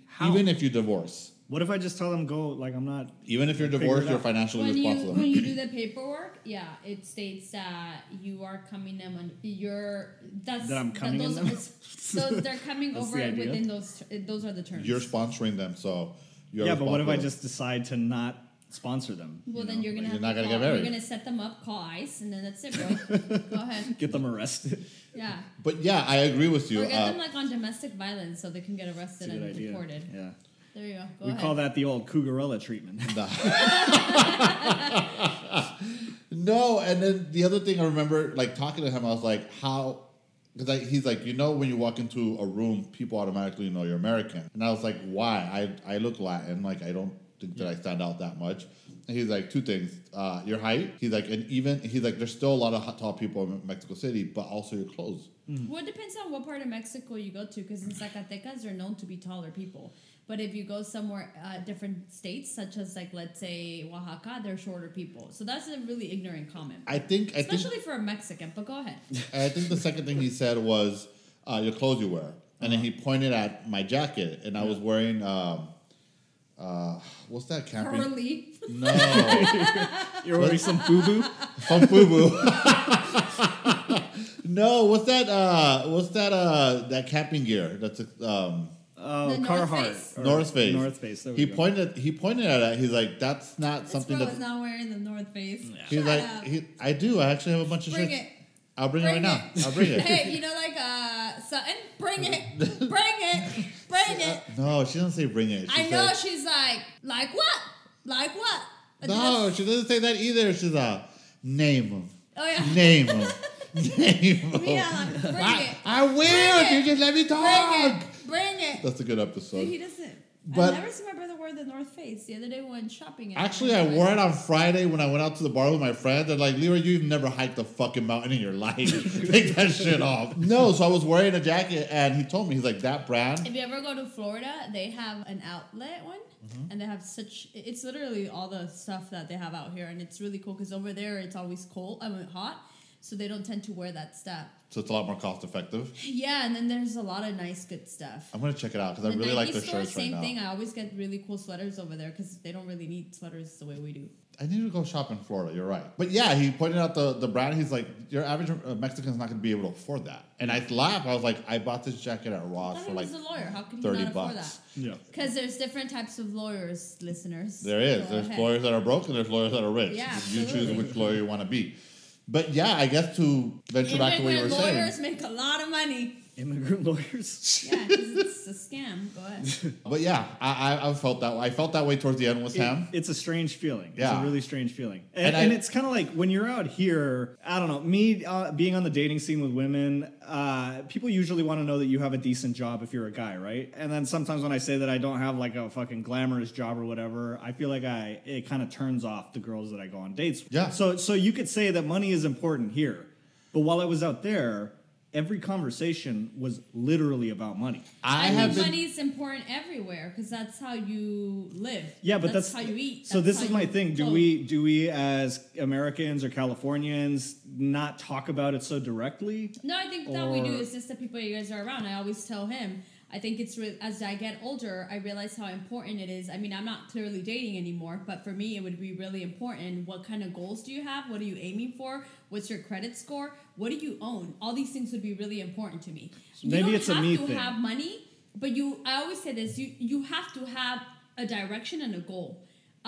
Speaker 2: How?
Speaker 3: even if you divorce.
Speaker 2: what if I just tell them go? Like I'm not.
Speaker 3: Even if you're
Speaker 2: Figure it
Speaker 3: divorced, you're
Speaker 2: out.
Speaker 3: financially
Speaker 1: When you
Speaker 3: responsible.
Speaker 1: when you do the paperwork, yeah, it states that you are coming them on your that's
Speaker 2: That I'm coming in
Speaker 1: those
Speaker 2: them?
Speaker 1: are- so they're coming
Speaker 2: That's
Speaker 1: over
Speaker 2: the idea?
Speaker 1: within those eh, those are the terms.
Speaker 3: you're sponsoring them, so you're
Speaker 2: yeah, but what if I
Speaker 3: responsible.
Speaker 2: just decide to not sponsor them?
Speaker 1: well,
Speaker 2: you
Speaker 1: then
Speaker 2: know?
Speaker 1: you're gonna
Speaker 3: you're
Speaker 1: have
Speaker 3: not
Speaker 1: to
Speaker 3: gonna
Speaker 1: call-
Speaker 3: get married.
Speaker 1: You're gonna set them up, call ICE, and then that's it, bro. Go ahead.
Speaker 2: get them arrested.
Speaker 1: Yeah,
Speaker 3: But yeah, I agree with you.
Speaker 1: or get
Speaker 3: Uh,
Speaker 1: them like on domestic violence so they can get arrested
Speaker 2: That's a
Speaker 1: and
Speaker 2: good idea.
Speaker 1: deported.
Speaker 2: Yeah.
Speaker 1: There you go. Go
Speaker 2: we
Speaker 1: ahead.
Speaker 2: call that the old cougarella treatment.
Speaker 3: No, and then the other thing I remember, like talking to him, I was like, "How?" Because he's like, you know, when you walk into a room, people automatically know you're American, and I was like, "Why? I I look Latin. Like I don't think that I stand out that much." And he's like, two things: uh, your height. He's like, and even he's like, there's still a lot of hot- tall people in Mexico City, but also your clothes.
Speaker 1: Well, it depends on what part of Mexico you go to, because in Zacatecas they're known to be taller people. But if you go somewhere, uh, different states, such as like let's say Oaxaca, they're shorter people. So that's a really ignorant comment,
Speaker 3: I think I think
Speaker 1: especially for a Mexican. But go ahead.
Speaker 3: And I think the second thing he said was uh, your clothes you wear, and then he pointed at my jacket, and I was wearing um, uh, what's that camping?
Speaker 1: Curly.
Speaker 3: No.
Speaker 2: you're wearing some fubu.
Speaker 3: From Fubu. no, what's that? Uh, what's that? Uh, that camping gear? That's um,
Speaker 2: Oh,
Speaker 1: The North Face?
Speaker 2: Carhartt. or
Speaker 3: North Face.
Speaker 2: North Face. There we
Speaker 3: He
Speaker 2: go.
Speaker 3: pointed. He pointed at it. He's like, "That's not
Speaker 1: This
Speaker 3: something
Speaker 1: bro is
Speaker 3: that."
Speaker 1: not wearing the North Face. Yeah.
Speaker 3: He's like, he, "I do. I actually have a bunch of
Speaker 1: Bring
Speaker 3: shirts.
Speaker 1: it.
Speaker 3: I'll bring, it
Speaker 1: Bring
Speaker 3: right
Speaker 1: it.
Speaker 3: now. I'll bring it."
Speaker 1: Hey, you know, like uh, Sutton, bring it, bring it, bring it.
Speaker 3: No, she doesn't say bring it. She
Speaker 1: I know
Speaker 3: said-
Speaker 1: she's like, like what, like what? And
Speaker 3: no,
Speaker 1: that's-
Speaker 3: she doesn't say that either. She's like, "Name him.
Speaker 1: Oh yeah.
Speaker 3: Name him. Name him."
Speaker 1: Yeah, like, bring
Speaker 3: I,
Speaker 1: it.
Speaker 3: I will. if
Speaker 1: it.
Speaker 3: You just let me
Speaker 1: Bring
Speaker 3: talk.
Speaker 1: it! Bring it!
Speaker 3: That's a good
Speaker 1: Dude, he
Speaker 3: episode.
Speaker 1: doesn't.
Speaker 3: But-
Speaker 1: I've never seen my brother wear wore the North Face the other day we went shopping. and
Speaker 3: Actually, I wore it on Friday when I went out to the bar with my friend. They're like, Leroy, you've never hiked a fucking mountain in your life. Take that shit off. No, so I was wearing a jacket and he told me, he's like, that brand.
Speaker 1: If you ever go to Florida, they have an outlet one,
Speaker 3: Mm-hmm.
Speaker 1: and they have such. it- It's literally all the stuff that they have out here, and it's really cool because over there it's always cold. I mean, hot, so they don't tend to wear that stuff.
Speaker 3: So it's a lot more cost effective.
Speaker 1: Yeah, and then there's a lot of nice, good stuff.
Speaker 3: I'm going to check it out because I
Speaker 1: The
Speaker 3: really like
Speaker 1: 90s
Speaker 3: their
Speaker 1: store,
Speaker 3: shirts
Speaker 1: Same
Speaker 3: right
Speaker 1: thing.
Speaker 3: now.
Speaker 1: I always get really cool sweaters over there because they don't really need sweaters the way we do.
Speaker 3: I need to go shop in Florida. You're right. But yeah, he pointed out the, the brand. He's like, your average uh, Mexican's not going to be able to afford that. And I laughed. I was like, I bought this jacket at
Speaker 1: I
Speaker 3: Ross
Speaker 1: thought
Speaker 3: for
Speaker 1: he
Speaker 3: like
Speaker 1: was a lawyer. How could he
Speaker 3: 30
Speaker 1: not afford
Speaker 3: bucks.
Speaker 1: that?
Speaker 2: Yeah.
Speaker 1: Because there's different types of lawyers, listeners.
Speaker 3: There is.
Speaker 1: Go
Speaker 3: There's
Speaker 1: ahead.
Speaker 3: lawyers that are broke and there's lawyers that are rich.
Speaker 1: Yeah,
Speaker 3: you choose
Speaker 1: absolutely.
Speaker 3: which lawyer you want to be. But yeah, I guess to venture back to what you were
Speaker 1: Immigrant lawyers
Speaker 3: saying.
Speaker 1: make a lot of money.
Speaker 2: Immigrant lawyers.
Speaker 1: Yeah, 'cause it's a scam. Go ahead.
Speaker 3: But yeah, I, I, I felt that. I felt that way towards the end with Sam.
Speaker 2: It- it's a strange feeling. It's
Speaker 3: Yeah.
Speaker 2: a really strange feeling. And,
Speaker 3: And
Speaker 2: and,
Speaker 3: I-
Speaker 2: it's kind of like when you're out here, I don't know, me uh, being on the dating scene with women, uh, people usually want to know that you have a decent job if you're a guy, right? And then sometimes when I say that I don't have like a fucking glamorous job or whatever, I feel like I it kind of turns off the girls that I go on dates with.
Speaker 3: Yeah.
Speaker 2: So so you could say that money is important here. But while I was out there, every conversation was literally about money.
Speaker 1: I,
Speaker 3: I, have
Speaker 1: think
Speaker 3: been.
Speaker 1: money's important everywhere because that's how you live.
Speaker 2: Yeah, but that's,
Speaker 1: how you eat.
Speaker 2: So
Speaker 1: That's
Speaker 2: this
Speaker 1: how
Speaker 2: is my
Speaker 1: you
Speaker 2: thing. Do
Speaker 1: clothe.
Speaker 2: we do we as Americans or Californians not talk about it so directly?
Speaker 1: No, I think that we do.
Speaker 2: or-
Speaker 1: It's just the people you guys are around. I always tell him. I think it's re- as I get older, I realize how important it is. I mean, I'm not clearly dating anymore, but for me, it would be really important. What kind of goals do you have? What are you aiming for? What's your credit score? What do you own? All these things would be really important to me. You
Speaker 2: maybe
Speaker 1: don't
Speaker 2: it's a
Speaker 1: have
Speaker 2: me
Speaker 1: to
Speaker 2: thing.
Speaker 1: have money, but you. I always say this. You you have to have a direction and a goal.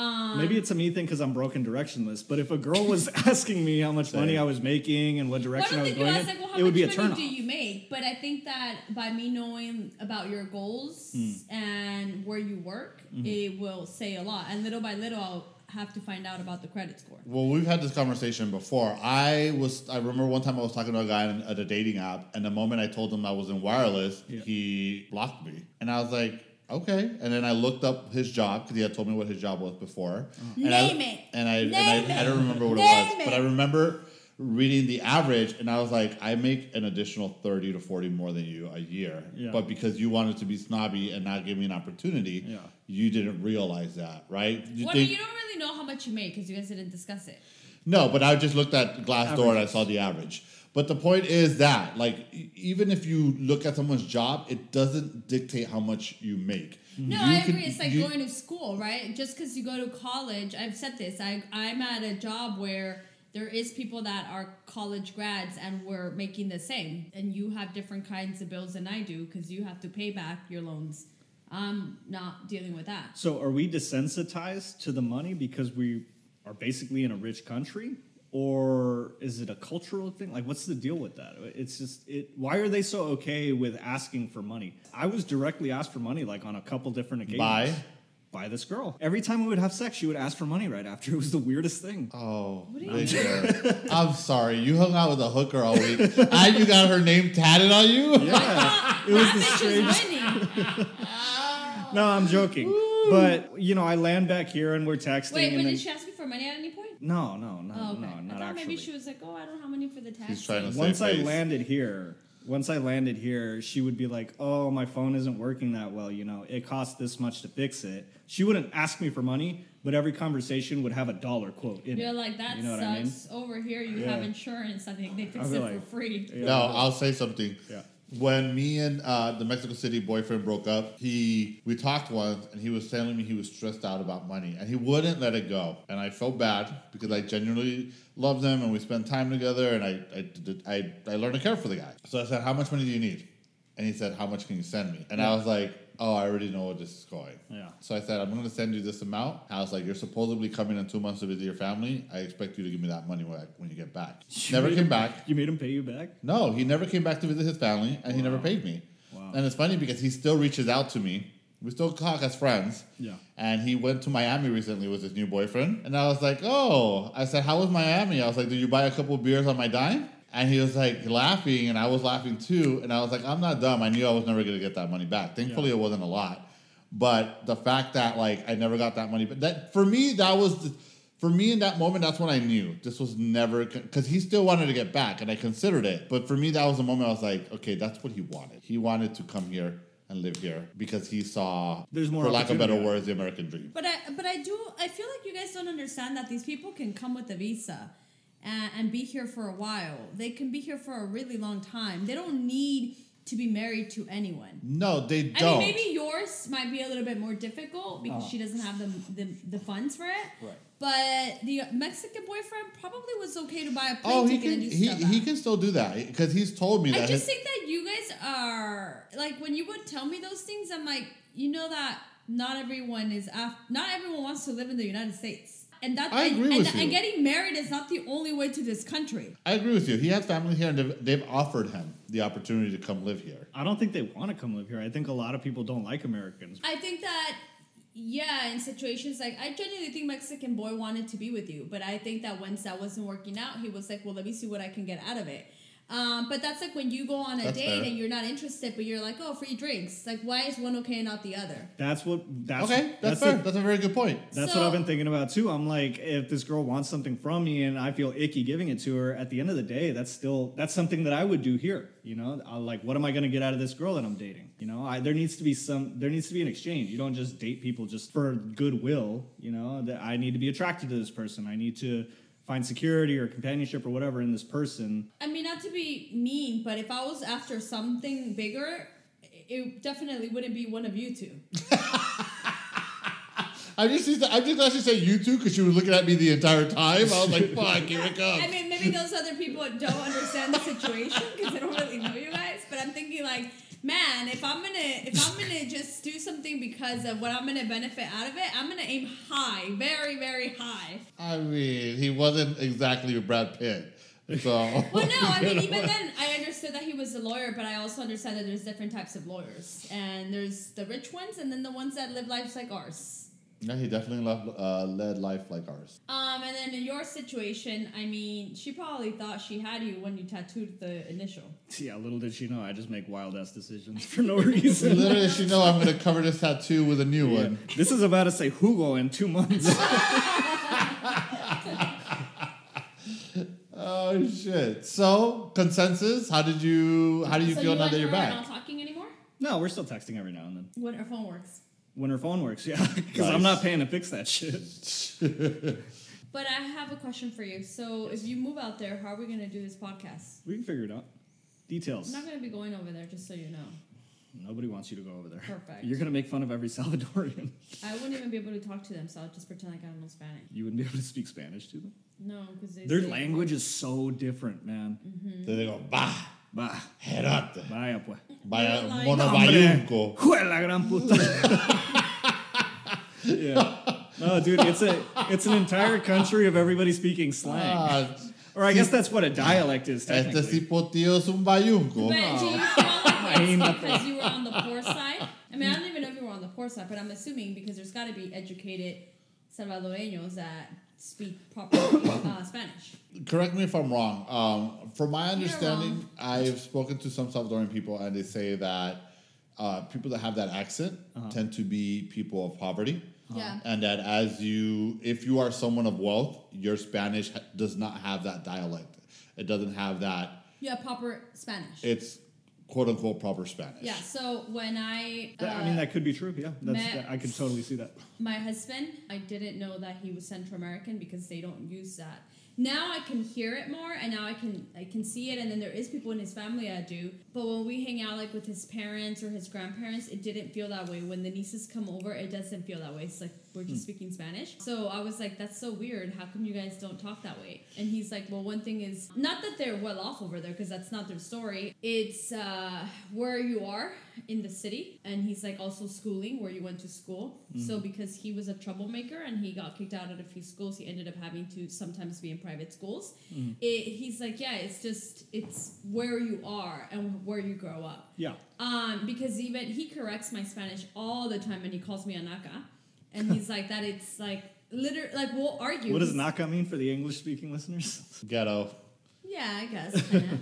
Speaker 1: Um,
Speaker 2: Maybe it's a me thing because I'm broken directionless. But if a girl was asking me how much money I was making and what
Speaker 1: Well, I
Speaker 2: direction I
Speaker 1: don't
Speaker 2: was
Speaker 1: think you
Speaker 2: going, in,
Speaker 1: asked like, well, how
Speaker 2: it would be a
Speaker 1: much money do
Speaker 2: turnoff.
Speaker 1: you make? But I think that by me knowing about your goals
Speaker 2: Hmm.
Speaker 1: and where you work,
Speaker 2: Mm-hmm.
Speaker 1: it will say a lot. And little by little, I'll have to find out about the credit score.
Speaker 3: Well, we've had this conversation before. I was. I remember one time I was talking to a guy in- at a dating app, and the moment I told him I was in wireless,
Speaker 2: Yeah.
Speaker 3: he blocked me, and I was like. Okay, and then I looked up his job because he had told me what his job was before. And I-
Speaker 1: Name it.
Speaker 3: And I and
Speaker 1: Name
Speaker 3: I, I
Speaker 1: it.
Speaker 3: don't remember what
Speaker 1: Name
Speaker 3: it was,
Speaker 1: it.
Speaker 3: but I remember reading the average, and I was like, I make an additional thirty to forty more than you a year,
Speaker 2: Yeah.
Speaker 3: but because you wanted to be snobby and not give me an opportunity,
Speaker 2: Yeah.
Speaker 3: you didn't realize that, right? You
Speaker 1: well, I
Speaker 3: think-
Speaker 1: mean, you don't really know how much you make because you guys didn't discuss it.
Speaker 3: no, but I just looked at Glassdoor and I saw the average. But the point is that, like, e- even if you look at someone's job, it doesn't dictate how much you make.
Speaker 1: No,
Speaker 3: You
Speaker 1: I
Speaker 3: could-
Speaker 1: agree. It's like
Speaker 3: you-
Speaker 1: going to school, right? Just because you go to college, I've said this. I I'm at a job where there is people that are college grads and we're making the same, and you have different kinds of bills than I do because you have to pay back your loans. I'm not dealing with that.
Speaker 2: So are we desensitized to the money because we are basically in a rich country? Or is it a cultural thing? Like, what's the deal with that? It's just, it, why are they so okay with asking for money? I was directly asked for money, like on a couple different occasions.
Speaker 3: By?
Speaker 2: By this girl. Every time we would have sex, she would ask for money right after. It was the weirdest thing.
Speaker 3: Oh,
Speaker 1: do you
Speaker 3: big girl. I'm sorry. You hung out with a hooker all week, and you got her name tatted on you.
Speaker 2: It was
Speaker 1: that
Speaker 2: the
Speaker 1: bitch
Speaker 2: strangest.
Speaker 1: is winning.
Speaker 2: No, I'm joking. But you know, I land back here and we're texting.
Speaker 1: Wait, but
Speaker 2: and then,
Speaker 1: did she ask you for money at any point?
Speaker 2: no, no, no,
Speaker 1: Oh, okay.
Speaker 2: no,
Speaker 1: I
Speaker 2: not
Speaker 1: thought
Speaker 2: actually.
Speaker 1: maybe she was like, "Oh, I don't have money for the taxi."
Speaker 3: He's trying to
Speaker 2: once
Speaker 3: save
Speaker 2: I
Speaker 3: face.
Speaker 2: landed here, once I landed here, she would be like, "Oh, my phone isn't working that well. You know, it costs this much to fix it." She wouldn't ask me for money, but every conversation would have a dollar quote in
Speaker 1: You're
Speaker 2: it.
Speaker 1: like, "That
Speaker 2: you know What I mean?
Speaker 1: sucks." Over here, you
Speaker 2: Yeah.
Speaker 1: have insurance. I think they fix
Speaker 2: I'll be
Speaker 1: it
Speaker 2: like-
Speaker 1: for free.
Speaker 3: No, I'll say something.
Speaker 2: Yeah.
Speaker 3: When me and uh, the Mexico City boyfriend broke up, he we talked once, and he was telling me he was stressed out about money, and he wouldn't let it go. And I felt bad because I genuinely loved him, and we spent time together, and I I did- I, I learned to care for the guy. So I said, "How much money do you need?" And he said, "How much can you send me?" And I was like, "Oh, I already know where this is going."
Speaker 2: Yeah.
Speaker 3: So I said, I'm going to send you this amount. I was like, you're supposedly coming in two months to visit your family. I expect you to give me that money when I- when you get back. Never came back.
Speaker 2: You made him pay you back.
Speaker 3: No, he never came back to visit his family, and he never paid me.
Speaker 2: Wow.
Speaker 3: And it's funny because he still reaches out to me. We still talk as friends.
Speaker 2: Yeah.
Speaker 3: And he went to Miami recently with his new boyfriend, and I was like, "Oh," I said, "How was Miami?" I was like, "Did you buy a couple beers on my dime?" And he was like laughing, and I was laughing too. And I was like, "I'm not dumb. I knew I was never gonna get that money back. Thankfully, it wasn't a lot." But the fact that like I never got that money, but that for me that was the, for me in that moment that's when I knew this was never because he still wanted to get back and I considered it. But for me that was the moment I was like, okay, that's what he wanted. He wanted to come here and live here because he saw
Speaker 2: There's more
Speaker 3: for lack of better
Speaker 2: opportunity.
Speaker 3: words the American dream.
Speaker 1: But I, but I do. I feel like you guys don't understand that these people can come with a visa, and, and be here for a while. They can be here for a really long time. They don't need to be married to anyone.
Speaker 3: No, they
Speaker 1: I
Speaker 3: don't.
Speaker 1: mean, maybe yours might be a little bit more difficult because she doesn't have the, the the funds for it.
Speaker 2: Right.
Speaker 1: But the Mexican boyfriend probably was okay to buy a plane
Speaker 3: Oh, he
Speaker 1: ticket
Speaker 3: can
Speaker 1: and do
Speaker 3: he,
Speaker 1: stuff.
Speaker 3: he
Speaker 1: out.
Speaker 3: can still do that because he's told me that.
Speaker 1: I
Speaker 3: his-
Speaker 1: just think that you guys are like when you would tell me those things, I'm like, you know that not everyone is af- not everyone wants to live in the United States, and that
Speaker 3: I
Speaker 1: and,
Speaker 3: agree
Speaker 1: and,
Speaker 3: with you.
Speaker 1: and getting married is not the only way to this country.
Speaker 3: I agree with you. He has family here, and they've, they've offered him the opportunity to come live here.
Speaker 2: I don't think they want to come live here. I think a lot of people don't like Americans.
Speaker 1: I think that yeah, in situations like I genuinely think Mexican boy wanted to be with you, but I think that once that wasn't working out, he was like, well, let me see what I can get out of it. Um, but that's like when you go on a
Speaker 3: That's
Speaker 1: date
Speaker 3: fair.
Speaker 1: and you're not interested, but you're like, oh, free drinks. Like, why is one okay and not the other?
Speaker 2: That's what. That's
Speaker 3: Okay, that's,
Speaker 2: the-
Speaker 3: fair. that's a very good point.
Speaker 2: That's
Speaker 1: So-
Speaker 2: what I've been thinking about too. I'm like, if this girl wants something from me and I feel icky giving it to her, at the end of the day, that's still that's something that I would do here. You know, I, like, what am I going to get out of this girl that I'm dating? You know, I, there needs to be some, there needs to be an exchange. You don't just date people just for goodwill. You know, that I need to be attracted to this person. I need to find security or companionship or whatever in this person.
Speaker 1: I mean, not to be mean, but if I was after something bigger, it definitely wouldn't be one of you two.
Speaker 3: I just used to, I just actually said you two because she was looking at me the entire time. I was like, fuck, here it comes.
Speaker 1: I mean, maybe those other people don't understand the situation because they don't really know you guys. But I'm thinking like, man, if I'm gonna if I'm gonna just do something because of what I'm gonna benefit out of it, I'm gonna aim high, very very high.
Speaker 3: I mean, he wasn't exactly Brad Pitt, so.
Speaker 1: Well, no, I mean, even then, I understood that he was a lawyer, but I also understand that there's different types of lawyers, and there's the rich ones, and then the ones that live lives like ours.
Speaker 3: Yeah, he definitely loved, uh, led life like ours.
Speaker 1: Um, and then in your situation, I mean, she probably thought she had you when you tattooed the initial.
Speaker 2: Yeah, little did she know, I just make wild ass decisions for no reason.
Speaker 3: Literally, she know I'm gonna cover this tattoo with a new
Speaker 2: Yeah.
Speaker 3: one.
Speaker 2: This is about to say Hugo in two months.
Speaker 3: Oh shit! So consensus? How did you? How do you
Speaker 1: so
Speaker 3: feel
Speaker 1: you
Speaker 3: now
Speaker 1: and
Speaker 3: that you're
Speaker 1: her are
Speaker 3: back?
Speaker 1: not talking anymore?
Speaker 2: no, we're still texting every now and then.
Speaker 1: When her phone works.
Speaker 2: when her phone works, yeah. Because
Speaker 3: Nice.
Speaker 2: I'm not paying to fix that shit.
Speaker 1: But I have a question for you. So if you move out there, how are we going to do this podcast?
Speaker 2: We can figure it out.
Speaker 1: I'm
Speaker 2: Details.
Speaker 1: not going to be going over there, just so you know.
Speaker 2: Nobody wants you to go over there.
Speaker 1: Perfect.
Speaker 2: You're gonna make fun of every Salvadorian.
Speaker 1: I wouldn't even be able to talk to them, so I'll just pretend like I don't know Spanish.
Speaker 2: You wouldn't be able to speak Spanish to them.
Speaker 1: No, because they
Speaker 2: Their
Speaker 1: say-
Speaker 2: language is so different, man.
Speaker 1: Mm-hmm.
Speaker 3: Then they go, bah,
Speaker 2: Bah,
Speaker 3: herate.
Speaker 2: vaya pues.
Speaker 3: Vaya
Speaker 1: Like-
Speaker 3: mono
Speaker 2: Hombre.
Speaker 3: bayunco.
Speaker 2: Jue la gran puta. yeah. No, dude, it's a it's an entire country of everybody speaking slang.
Speaker 3: Ah,
Speaker 2: or I guess that's what a dialect is
Speaker 3: este
Speaker 2: technically.
Speaker 3: tipo tío es un bayunco.
Speaker 1: But do you feel like
Speaker 2: ain't
Speaker 1: it's
Speaker 2: nothing.
Speaker 1: because you were on the poor side? I mean, I don't even know if you were on the poor side, but I'm assuming because there's got to be educated Salvadoreños that speak proper uh, Spanish.
Speaker 3: Correct me if I'm wrong. Um, from my understanding,
Speaker 1: wrong.
Speaker 3: I've spoken to some Salvadoran people, and they say that uh, people that have that accent tend to be people of poverty.
Speaker 1: Yeah.
Speaker 3: And that as you, if you are someone of wealth, your Spanish ha- does not have that dialect. It doesn't have that.
Speaker 1: Yeah, proper Spanish.
Speaker 3: It's quote unquote proper Spanish.
Speaker 1: yeah, so when I. Uh,
Speaker 2: Th- I mean, that could be true. Yeah, that's,
Speaker 1: Matt-
Speaker 2: that- I could totally see that.
Speaker 1: My husband, I didn't know that he was Central American because they don't use that. Now I can hear it more, and now I can I can see it. And then there is people in his family that do. But when we hang out, like with his parents or his grandparents, it didn't feel that way. When the nieces come over, it doesn't feel that way. It's like we're just speaking Spanish. So I was like, that's so weird. How come you guys don't talk that way? And he's like, well, one thing is not that they're well off over there because that's not their story. It's uh, where you are in the city, and he's like also schooling where you went to school. So because he was a troublemaker and he got kicked out of a few schools, he ended up having to sometimes be in private schools. It, he's like, yeah, it's just it's where you are and where you grow up.
Speaker 2: Yeah.
Speaker 1: Um, because even he corrects my Spanish all the time, and he calls me anaka, and he's like that. It's like liter like we'll argue.
Speaker 2: What does
Speaker 1: He's-
Speaker 2: Naka mean for the English speaking listeners?
Speaker 3: Ghetto.
Speaker 1: Yeah, I guess. kinda.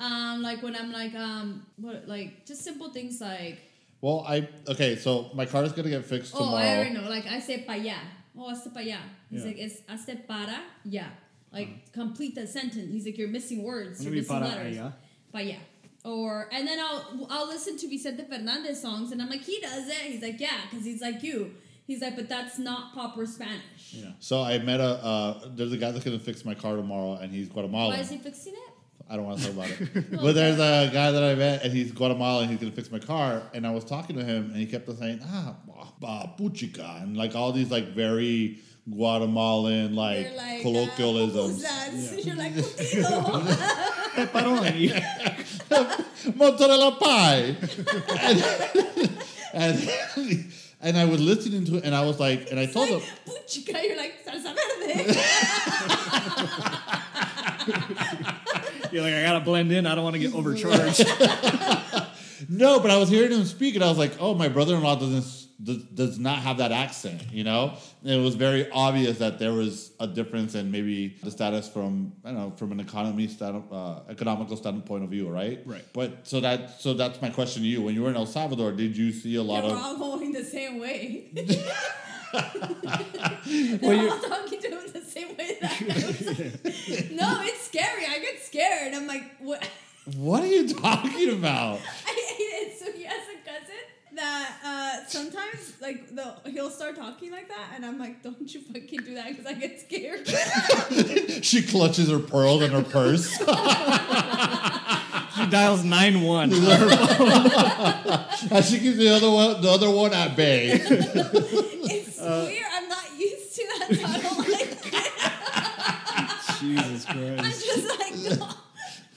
Speaker 1: um, like when I'm like um, what like just simple things like
Speaker 3: Well, I okay. So my car is gonna get fixed
Speaker 1: Oh,
Speaker 3: tomorrow.
Speaker 1: I already know. Like I say para allá. Oh, hasta para allá. He's
Speaker 2: Yeah.
Speaker 1: like, it's hasta para ya. Like complete the sentence. He's like, you're missing words. You're
Speaker 2: Maybe
Speaker 1: missing
Speaker 2: para
Speaker 1: letters.
Speaker 2: allá.
Speaker 1: Para allá. Or and then I'll I'll listen to Vicente Fernandez songs and I'm like, he does it. He's like, yeah, because he's like you. He's like, but that's not proper Spanish.
Speaker 2: Yeah.
Speaker 3: So I met a uh, there's a guy that's gonna fix my car tomorrow, and he's Guatemalan.
Speaker 1: Why is he Oh, fixing it?
Speaker 3: I don't want to talk about it. but there's a guy that I met, and he's Guatemalan. He's gonna fix my car, and I was talking to him, and he kept on saying ah, ah puchica, and like all these like very Guatemalan like,
Speaker 1: You're like "Ah,
Speaker 3: colloquialisms.
Speaker 1: Uh, pupusas. You're like, "Putido."
Speaker 2: Pepperoni.
Speaker 3: mozzarella pie. and, and and I was listening to it, and I was like, and I told him,
Speaker 1: Puchica. You're like salsa verde.
Speaker 2: You're like, I gotta blend in. I don't want to get overcharged.
Speaker 3: no, but I was hearing him speak, and I was like, oh, my brother-in-law doesn't does, does not have that accent, you know. And it was very obvious that there was a difference in maybe the status from I don't know from an economy stand, uh, economical standpoint of view, right?
Speaker 2: Right.
Speaker 3: But so that so that's my question to you. When you were in El Salvador, did you see a lot
Speaker 1: We're
Speaker 3: of
Speaker 1: all going the same way.
Speaker 3: Well,
Speaker 1: They're
Speaker 3: you-
Speaker 1: all talking to him the same way. That I was. no, it's scary. I get scared. I'm like, what?
Speaker 3: what are you talking about?
Speaker 1: I hate it. So he has a cousin that uh, sometimes like the he'll start talking like that, and I'm like, don't you fucking do that because I get scared.
Speaker 3: she clutches her pearls in her purse.
Speaker 2: she dials 9 1.
Speaker 3: And she keeps the other one, the other one at bay.
Speaker 1: it's weird. I'm not used to that. So I don't like it.
Speaker 2: Jesus
Speaker 1: I'm
Speaker 2: Christ.
Speaker 1: just like,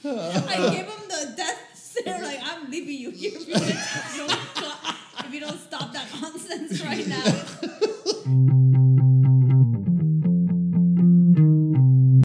Speaker 1: no. I gave him the death stare, like, I'm leaving you here. If you don't, stop- if you don't stop that nonsense right now,